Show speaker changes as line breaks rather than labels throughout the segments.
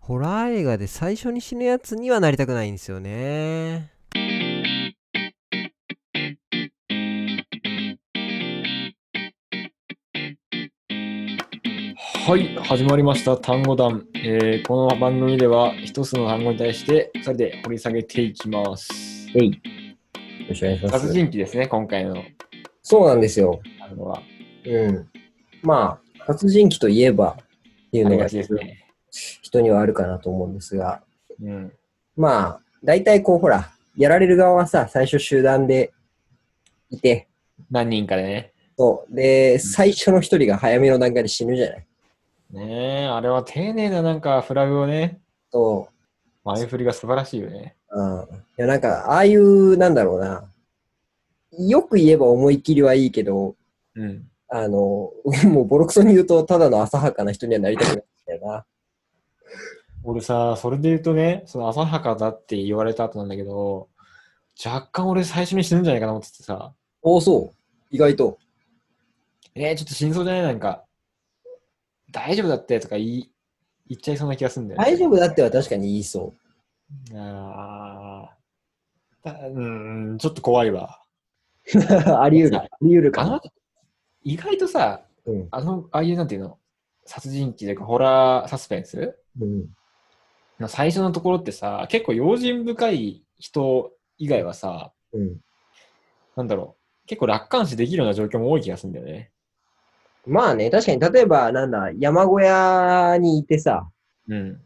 ホラー映画で最初に死ぬやつにはなりたくないんですよね。
はい、始まりました単語談、えーこの番組では一つの単語に対して2人で掘り下げていきます。
えい。よろしくお願いしま
殺
す。
人鬼ですね、今回の
そうなんですよ。
単語は。
うん。まあ、殺人鬼といえばっていう
あ
の
り
が
がちですね。
人にはあるかなと思うんですが、
うん。
まあ、大体こう、ほら、やられる側はさ、最初集団でいて、
何人かでね。
そう。で、最初の一人が早めの段階で死ぬじゃない。
ねえ、あれは丁寧ななんかフラグをね、
そ
前振りが素晴らしいよね。
う。うん。いや、なんか、ああいう、なんだろうな。よく言えば思い切りはいいけど、
うん。
あの、 もうボロクソに言うと、ただの浅はかな人にはなりたくないんだよな。
俺さ、それで言うとね、その浅はかだって言われた後なんだけど、若干俺最初に死ぬんじゃないかなと思っててさ、
おそう。意外と。
えー、ちょっと死にそうじゃないなんか、大丈夫だってとか言い言っちゃいそうな気がするんだよね。
大丈夫だっては確かに言いそう。
ああ。だうん、ちょっと怖いわ。
あり得る。あり得る
あ
かな
の。、意外とさ、
うん。
あの、ああいうなんていうの、殺人鬼というか、ホラーサスペンス
うん。
の最初のところってさ、結構用心深い人以外はさ、
うん。
なんだろう、結構楽観視できるような状況も多い気がするんだよね。
まあね、確かに、例えば、なんだ、山小屋にいてさ、
うん。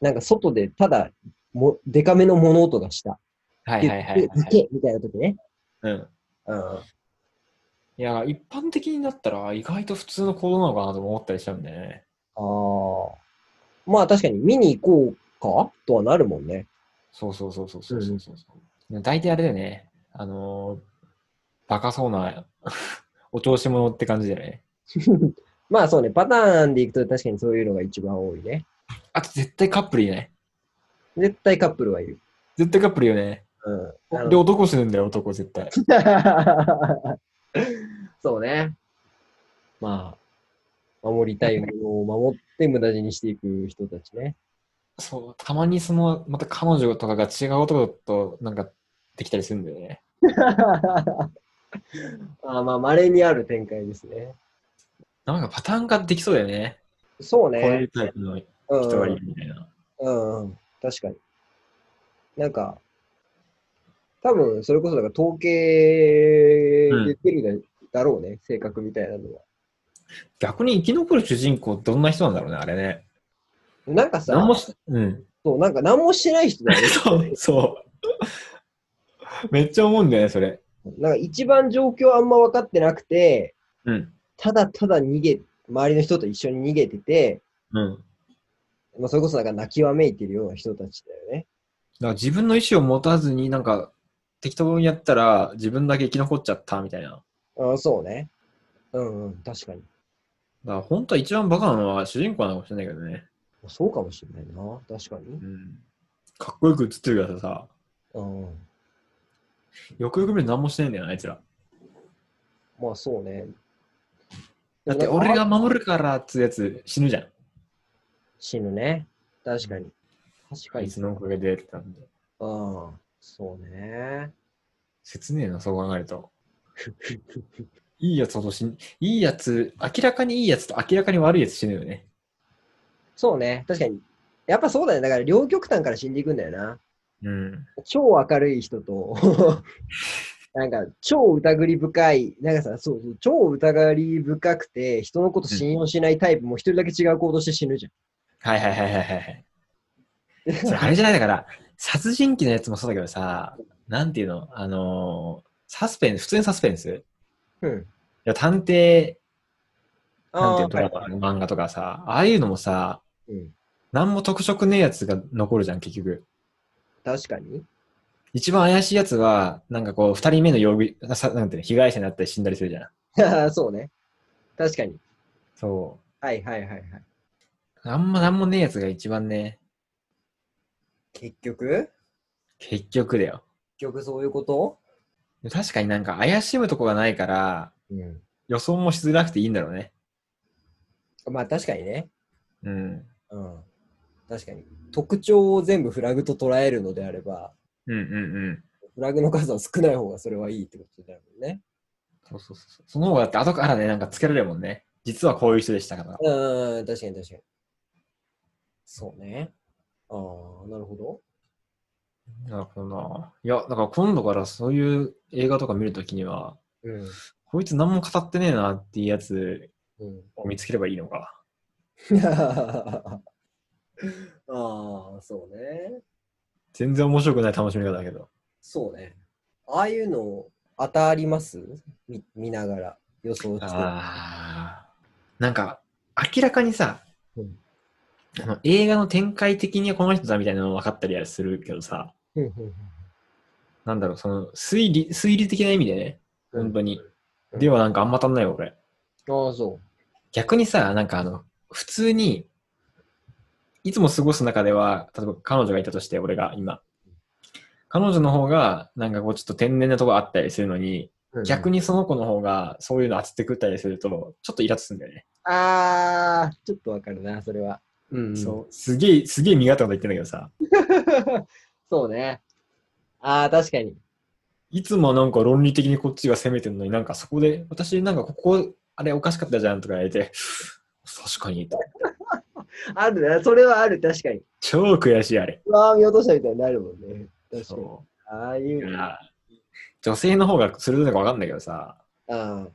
なんか外でただ、も、デカめの物音がした。
はいはいはい、
で
は
行
い。
けみたいな時ね。
うん。
うん。
いや、一般的になったら意外と普通の行動なのかなとも思ったりしちゃうんだよね。
ああ。まあ確かに、見に行こうかとはなるもんね。
そうそうそうそうそうそうそう、大体あれだよね。あのーバカそうな お調子者って感じだよね。
まあそうね、パターンで行くと確かにそういうのが一番多いね。
あと絶対カップルいない。
絶対カップルはいる。
絶対カップルいよね。
うん。あ
で、
の
男するんだよ、男絶対。
そうね。まあ、守りたいものを守って無駄死にしていく人たち ね。
そう、たまにその、また彼女とかが違う男となんかできたりするんだよね。
あまあ、稀にある展開ですね。
なんかパターン化できそうだよね。
そうね。
こういうタイプの人がいるみたいな。
うん、うん、確かに。なんか、多分、それこそ、だから統計で出るだろうね、性格みたいなのは。
逆に生き残る主人公どんな人なんだろうね、あれね。
なんか
何
さ
も、し、うん。
そうなんか何もしてない人だよね。
そう、そう。めっちゃ思うんだよね、それ。
なんか一番状況あんま分かってなくて、
うん。
ただただ逃げ、周りの人と一緒に逃げてて、
うん。
まあ、それこそなんか泣きわめいてるような人たちだよね。
だから自分の意思を持たずになんか適当にやったら自分だけ生き残っちゃったみたいな。だか
ああ、そうね。うんうん、確かに。
ら本当は一番バカなのは主人公なのかもしれないけどね。
そうかもしれないな。確かに
う。ん、かっこよく映ってるからさ、
うん。
よくよく見ると何もしてないんだよね、あいつら。
まあそうね。
だって俺が守るからっつうやつ死ぬじゃん。
死ぬね。確かに。確
あ
か
い
に。
つのおかげでってなんで。
うん。そうね。
切ねえな、そう考えると。 いいやつほど死ぬ。いいやつ、明らかにいいやつと明らかに悪いやつ死ぬよね。
そうね。確かに。やっぱそうだよね。だから両極端から死んでいくんだよな。
うん。
超明るい人と、 なんか超疑り深い、なんかさ、そうそう、超疑り深くて、人のこと信用しないタイプも一人だけ違う行動して死ぬじゃん。
はいはいはいはいはいはい。それあれじゃないだから、殺人鬼のやつもそうだけどさ、なんていうの、あのーサスペンス、普通にサスペンスい
うん。
や探偵、なん
あ
て
ー
いうのドラマ、漫画とかさ、ああいうのもさ、
うん、
なんも特色ねえやつが残るじゃん、結局。
確かに。
一番怪しいやつは、なんかこう、二人目の容疑、さなんていうの、被害者になったり死んだりするじゃん。
そうね。確かに。
そ
はいはいはいはい。
う。あんまなんもねえやつが一番ね、
結局
結局だよ。
結局そういうこと
確かになんか怪しむとこがないから、
うん。
予想もしづらくていいんだろうね。
まあ確かにね。
うん。
うん。確かに。特徴を全部フラグと捉えるのであれば、
うんうんうん。
フラグの数は少ない方がそれはいいってことになるもんね。
そうそうそう。その方がだって後からね、なんかつけられるもんね。実はこういう人でしたから。
うん、確かに確かに。そうね。ああ、なるほど。
なるほどな。いや、だから今度からそういう映画とか見るときには、
うん。
こいつ何も語ってねえなっていうやつ
うん、
を見つければいいのか。
ああ、そうね。
全然面白くない楽しみ方だけど。
そうね。ああいうの当たりますみ見ながら予想して。
ああ。なんか、明らかにさ、
うん
あの映画の展開的にこの人だみたいなの分かったりはするけどさ、
うんうんうん
なんだろう、その推理、推理的な意味でね、本当に。
うん
ではなんかあんま足んないわ、俺。
ああ、そ
逆にさ、なんかあの、普通に、いつも過ごす中では、例えば彼女がいたとして、俺が今。彼女の方が、なんかこうちょっと天然なとこあったりするのに、
う。
逆にその子の方がそういうの当ててくったりすると、ちょっとイラつすんだよね。
ああ、ちょっとわかるな、それは。うん
そう。すげえ、すげえ身勝手なこと言ってんだけどさ、
そうね。ああ、確かに。
いつもなんか論理的にこっちが攻めてるのになんかそこで、私なんかここ、あれおかしかったじゃんとか言われて、確かにと。
あるな、それはある、確かに。
超悔しい、あれ。
うわあ、見落としたみたいになるもんね。確かに。
そ
ああいう
う。だか
の。あ
ら女性の方が鋭いのかわかんないけどさ、
あ。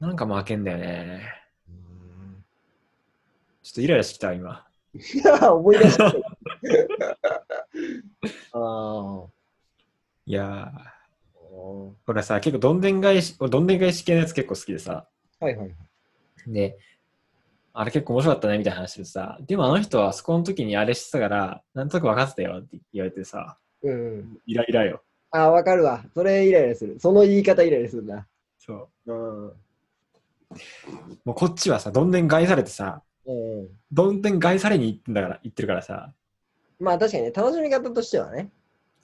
なんか負けんだよね。ちょっとイライラしてきた、今。
思い出した。 ああ。
いやー、これさ、結構どんでん返し、俺どんでん返し系のやつ結構好きでさ、
はいはい。
で、あれ結構面白かったねみたいな話でさ、でもあの人はそこの時にあれしてたから、なんとなく分かってたよって言われてさ、
うんうん。
イライラよ。
ああ、わかるわ。それイライラする。その言い方イライラするな。
そ
うん。
う。もうこっちはさ、どんでん返されてさ、
うん。
どんでん返されに行ってんだから、行ってるからさ、
まあ確かにね、楽しみ方としてはね。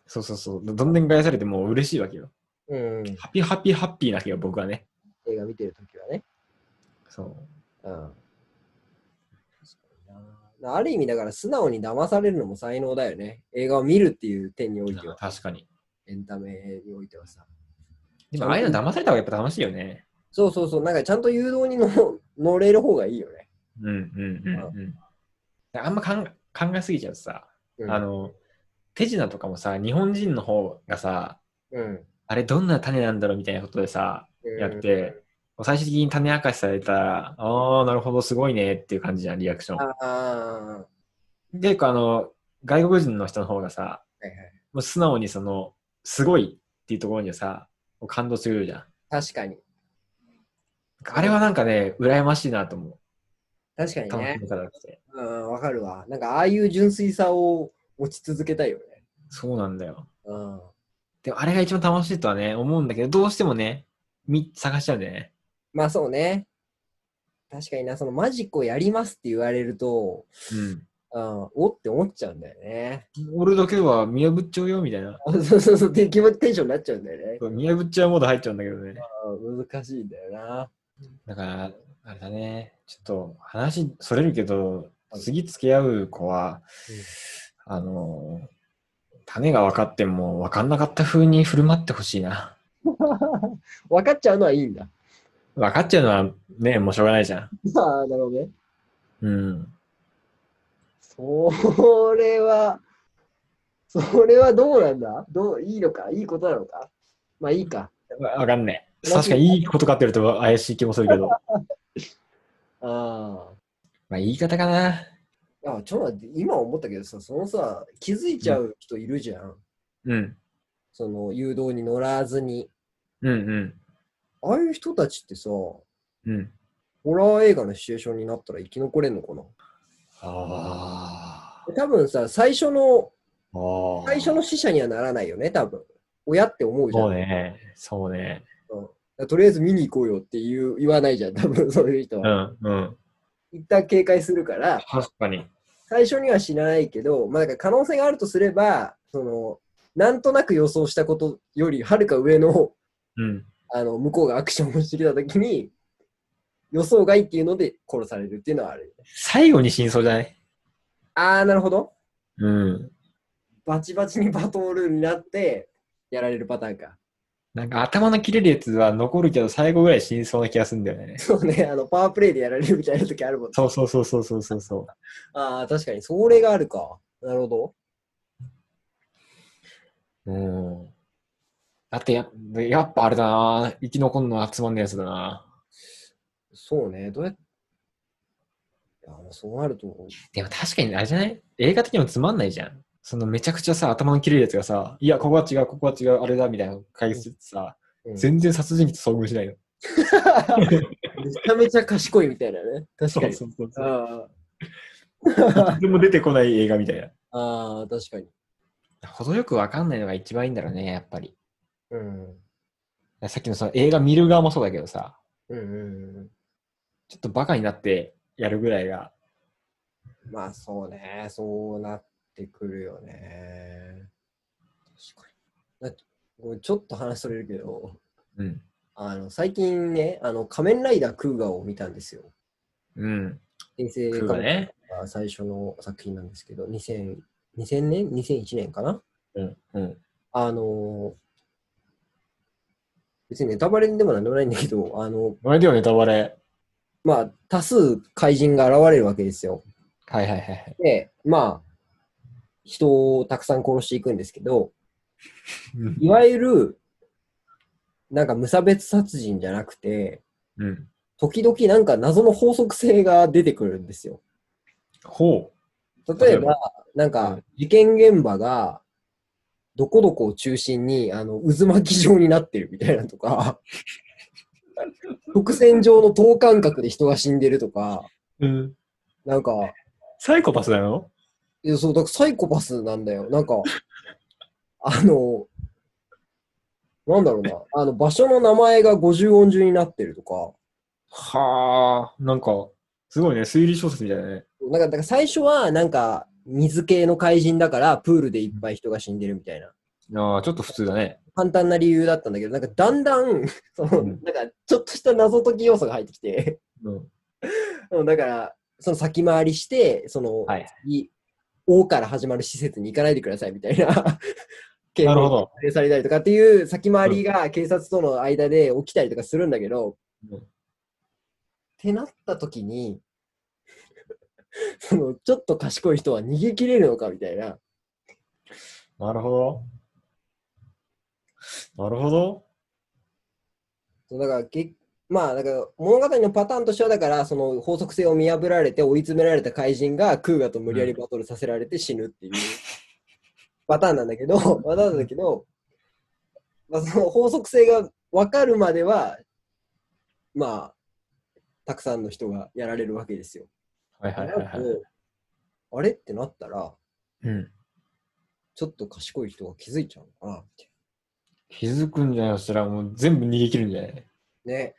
そうそうそう、どんでん返されてもう嬉しいわけよ。
うん。
ハッピーハッピーハッピーなわけよ、僕はね。
映画見てるときはね。
そう。
うん。ある意味だから素直に騙されるのも才能だよね。映画を見るっていう点においては。
確かに。
エンタメにおいてはさ。
でもああいうの騙された方がやっぱ楽しいよね。
そうそうそう、なんかちゃんと誘導にの 乗れる方がいいよね。
うんうんうんうん。あんま考え考えすぎちゃうとさ、
うん、
あ、の、手品とかもさ、日本人の方がさ、
うん、
あれどんな種なんだろうみたいなことでさ、やって、最終的に種明かしされたら、ああ、なるほど、すごいねっていう感じじゃん、リアクショ
うん。
ン
あ。あ、は
結構あの、外国人の人の方がさ、
いはい。
もう素直にその、すごいっていうところにさ、もう感動するじゃん。
確かに。
あれはなんかね、羨ましいなと思
確か
う。
に
楽し
ね。
み方だって。
うん、わかるわ。なんかああいう純粋さを持ち続けたいよね。
そうなんだよ。
うん。
でもあれが一番楽しいとはね、思うんだけど、どうしてもね、み探しちゃうんだよね。
まあそうね。確かにな、そのマジックをやりますって言われると、
うん。
うん、おって思っちゃうんだよね。
俺だけは見破っちゃうよみたいな。
そうそうそう、って気持ちテンションになっちゃうんだよね。
見破っちゃうモード入っちゃうんだけどね。
うん難しいんだよな。
だから、あれだね、ちょっと話それるけど、次付き合う子は、あの、種が分かっても分かんなかった風に振る舞ってほしいな。
分かっちゃうのはいいんだ。
分かっちゃうのはね、もうしょうがないじゃん。
ああ、なるほどね。
うん。
それは、それはどうなんだどういいのかいいことなのかまあいいか。
わ分かんねえ。確かにいいことかって言われると怪しい気もするけど。
あ
まあ言い方かな。
あ。あちょっと待って、今思ったけどさ、そのさ、気づいちゃう人いるじゃん。
うん。
その誘導に乗らずに。
うんうん。
ああいう人たちってさ、ホ
うん。
ラー映画のシチュエーションになったら生き残れんのかな
あ
多分さ、最初の、
あ。
最初の死者にはならないよね、多分。親って思うじゃん。
そうね。そう
う
ね。
んだからとりあえず見に行こうよって言う言わないじゃん、 多分そういう人
う
は。
んうん。
一旦警戒するから、
確かに。
最初には知らないけど、まあ、だから可能性があるとすれば、その、なんとなく予想したことよりはるか上の、
うん。
あの、向こうがアクションをしてきたときに、予想外っていうので殺されるっていうのはあるよね。
最後に真相じゃない
あー、なるほど。
うん。
バチバチにバトルになって、やられるパターンか。
なんか頭の切れるやつは残るけど、最後ぐらい死にそうな気がするんだよね。
そうね、あの、パワープレイでやられるみたいな時あるもん。
そうそうそうそうそうそうそう。
ああ、確かに、それがあるか。なるほど。
うん。だってや、やっぱあれだな。生き残るのはつまんないやつだな。
そうね、どうやって。いやもうそうなると、
でも確かにあれじゃない映画的にもつまんないじゃん。そのめちゃくちゃさ、頭の切れるやつがさ、いや、ここは違う、ここは違う、あれだ、みたいなの解説してさ、
うん
全然殺人鬼と遭遇しないの。
めちゃめちゃ賢いみたいなね。確かに。
う そうう。
あ
でも出てこない映画みたいな。
あああ、確かに。
程よくわかんないのが一番いいんだろうね、やっぱり。
うん。
さっきのその映画見る側もそうだけどさ、
うんうんう
ちょっとバカになってやるぐらいが、
ん。まあそうね、そうなってくるよね。確かに。だってごめんちょっと話それるけど、
うん。
あの最近ね、あの仮面ライダークーガを見たんですよ。
うん。
平成
ク
仮面
ーガ
ライ
ね。
ダー最初の作品なんですけど、2000, 2000年 ?2001 年かな
うん。うん。
あのー別にネタバレでもなんでもないんだけど、あの、
あれだよ、ネタバレ。
まあ、多数怪人が現れるわけですよ。
はいはいはいはい。
で、まあ、人をたくさん殺していくんですけど、いわゆる、なんか無差別殺人じゃなくて、
うん。
時々なんか謎の法則性が出てくるんですよ。
ほ
例
例
え
え
ば
ば、
なん
う
か
ん
事件現場が、どこどこを中心にあの渦巻き状になってるみたいなとか、伏線上の等間隔で人が死んでるとか、
う。うん。
なんか、
サイコパスなの
いや、そう、だからサイコパスなんだよ。なんか、あの、なんだろうな、あの、場所の名前が50音順になってるとか、
はあ、なんか、すごいね、推理小説みたいだね。
なんか、だから最初は、なんか、水系の怪人だから、プールでいっぱい人が死んでるみたいな、
ああ、ちょっと普通だね。
簡単な理由だったんだけど、なんか、だんだん、 その、
うん
なんか、ちょっとした謎解き要素が入ってきて、
うん。
うんだから、その先回りして、その、
はい。
い、O から始まる施設に行かないでくださいみたいな 警
なるほ
告
ど。
されたりとかっていう先回りが警察との間で起きたりとかするんだけど、
うん
ってなった時に そのちょっと賢い人は逃げ切れるのかみたいな
なるほど。なるほど。
そうだからけまあだから物語のパターンとしてはだからその法則性を見破られて追い詰められた怪人がクーガと無理やりバトルさせられて死ぬっていうパターンなんだけど パターンなんだけど、まあ、その法則性が分かるまではまあたくさんの人がやられるわけですよ。
はいはいはいはい。
あれってなったら
うん。
ちょっと賢い人が気づいちゃうのかなって
気づくんじゃないそしたらもう全部逃げ切るんじゃない
ね。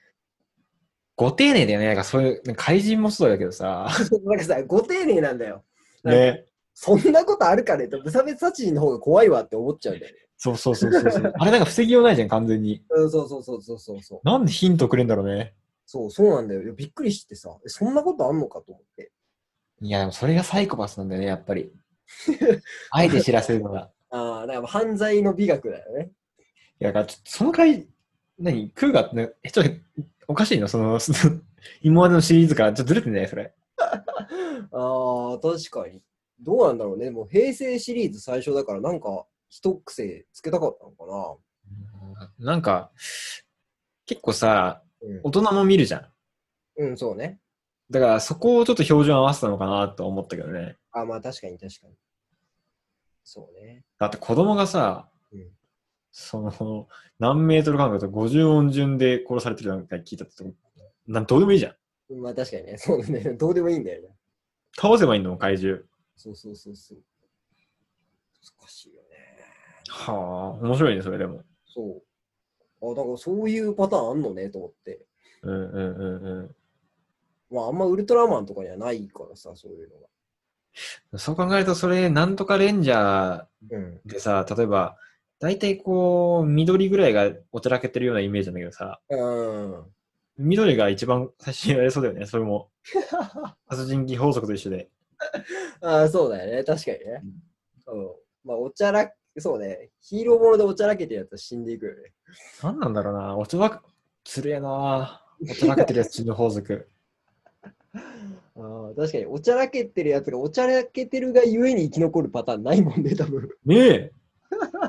ご丁寧だよね。なんかそういう、なんか怪人もそうだけどさ。
なんかさご丁寧なんだよ。
ね。
そんなことあるかねと無差別殺人の方が怖いわって思っちゃうんだよね。
そうそうそうそう そう。あれなんか防ぎようないじゃん、完全に。
うん、そうそうそうそうそうそう。
なんでヒントくれんだろうね。
そうそうなんだよ。いやびっくりしてさ、えそんなことあんのかと思って。
いや、でもそれがサイコパスなんだよね、やっぱ り。あえて知らせるのが。
ああ、だから犯罪の美学だよね。
いや、だからちょっとその回、何、クーガーってね、え、ちょっとおかしいのその、 その今までのシリーズからちょっとずれてないそれ。
ああ、確かに。どうなんだろうね。もう平成シリーズ最初だから、なんか一癖つけたかったのか
なんか、結構さ、
な。
大人も見るじゃん。
うん、うん、そうね。
だからそこをちょっと標準合わせたのかなと思ったけどね。
ああ、まあ確かに確かに。そうね。
だって子供がさ、
うん
その、何メートル間隔と50音順で殺されてるなんか聞いたって、なんどうでもいいじゃん。
まあ確かにね。そうね。どうでもいいんだよね。
倒せばいいんだもん、怪獣。
そうそうそうそう。難しいよね。
はあ、面白いね、それでも。
そう。あ、だからそういうパターンあんのねと思って。
うんうんうんうん。
まあ、あんまウルトラマンとかにはないからさ、そういうの
そう考えると、それ、なんとかレンジャー、
が。うん。
でさ、例えば、大体こう、緑ぐらいがおちゃらけてるようなイメージなんだけどさ、
うん。
緑が一番最初にやれそうだよね、それも。殺人鬼法則と一緒で。
ああ、そうだよね。確かにね
うん。
うん。まあ、おちゃら、そうね。ヒーローものでおちゃらけてるやつは死んでいくよね。
なんなんだろうな。おちょらく、つれえな。おちょらけてるやつ死ぬ法則。
ああ、確かに。おちゃらけてるやつが、おちゃらけてるがゆえに生き残るパターンないもんね、多分。
ねえ。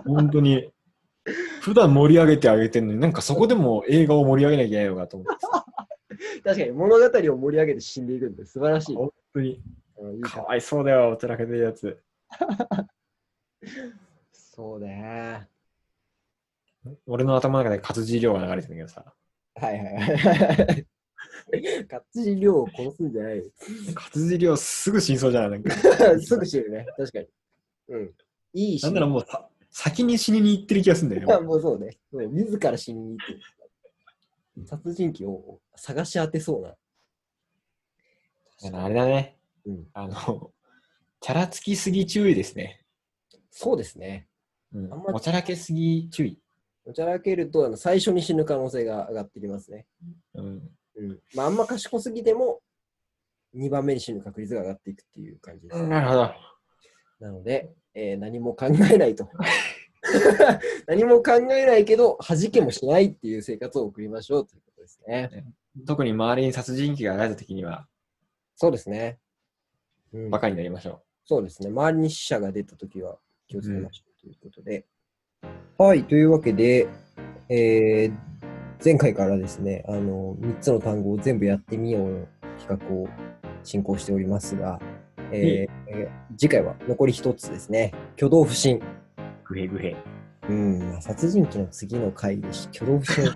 本当に。普段盛り上げてあげてんのに、なんかそこでも映画を盛り上げなきゃいけないのかと思って。
確かに、物語を盛り上げて死んでいくんで、素晴らしい。
本当に。
うんいい
か
か
わいそうだよ、おちょらけてるやつ。
そうね。
俺の頭の中で活字量が流れてるんだけどさ。
はいはいはい。 勝地量を殺すんじゃないよ。
活字量すぐ死にそうじゃないなんか。
すぐ死ぬね、確かに。うん。いいし、
なんならもうさ先に死にに行ってる気がするんだよね。
もうそうね。そう自ら死にに行って。殺人鬼を探し当てそうな。
あのあれだね。
うん
あの、チャラつきすぎ注意ですね。
そうですね。
うん
あんまり
おちゃらけすぎ注意。
おちゃらけるとあの最初に死ぬ可能性が上がってきますね。
うん。
うん。まあ、あんま賢すぎても、2番目に死ぬ確率が上がっていくっていう感じです。
なるほど。
なので、えー何も考えないと。 何も考えないけど、弾けもしないっていう生活を送りましょうということですね。
特に周りに殺人鬼が現れた時には、
そうですね。うん
バカになりましょ
そうですね。周りに死者が出たときは気をつけましょうということで。はい。というわけで、えー前回からですね、あの、3つの単語を全部やってみようの企画を進行しておりますが、えーえー次回は残り1つですね。挙動不審。
う。グヘグヘ。
うん、まあ、殺人鬼の次の回でし、挙動不 審、ね。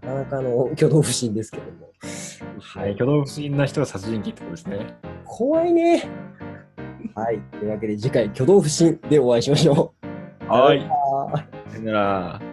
なかなかの挙動不審ですけども。
はい。挙動不審な人が殺人鬼ってことですね。
怖いね。はい。というわけで次回、挙動不審でお会いしましょう。
はい。
あー
さよなら。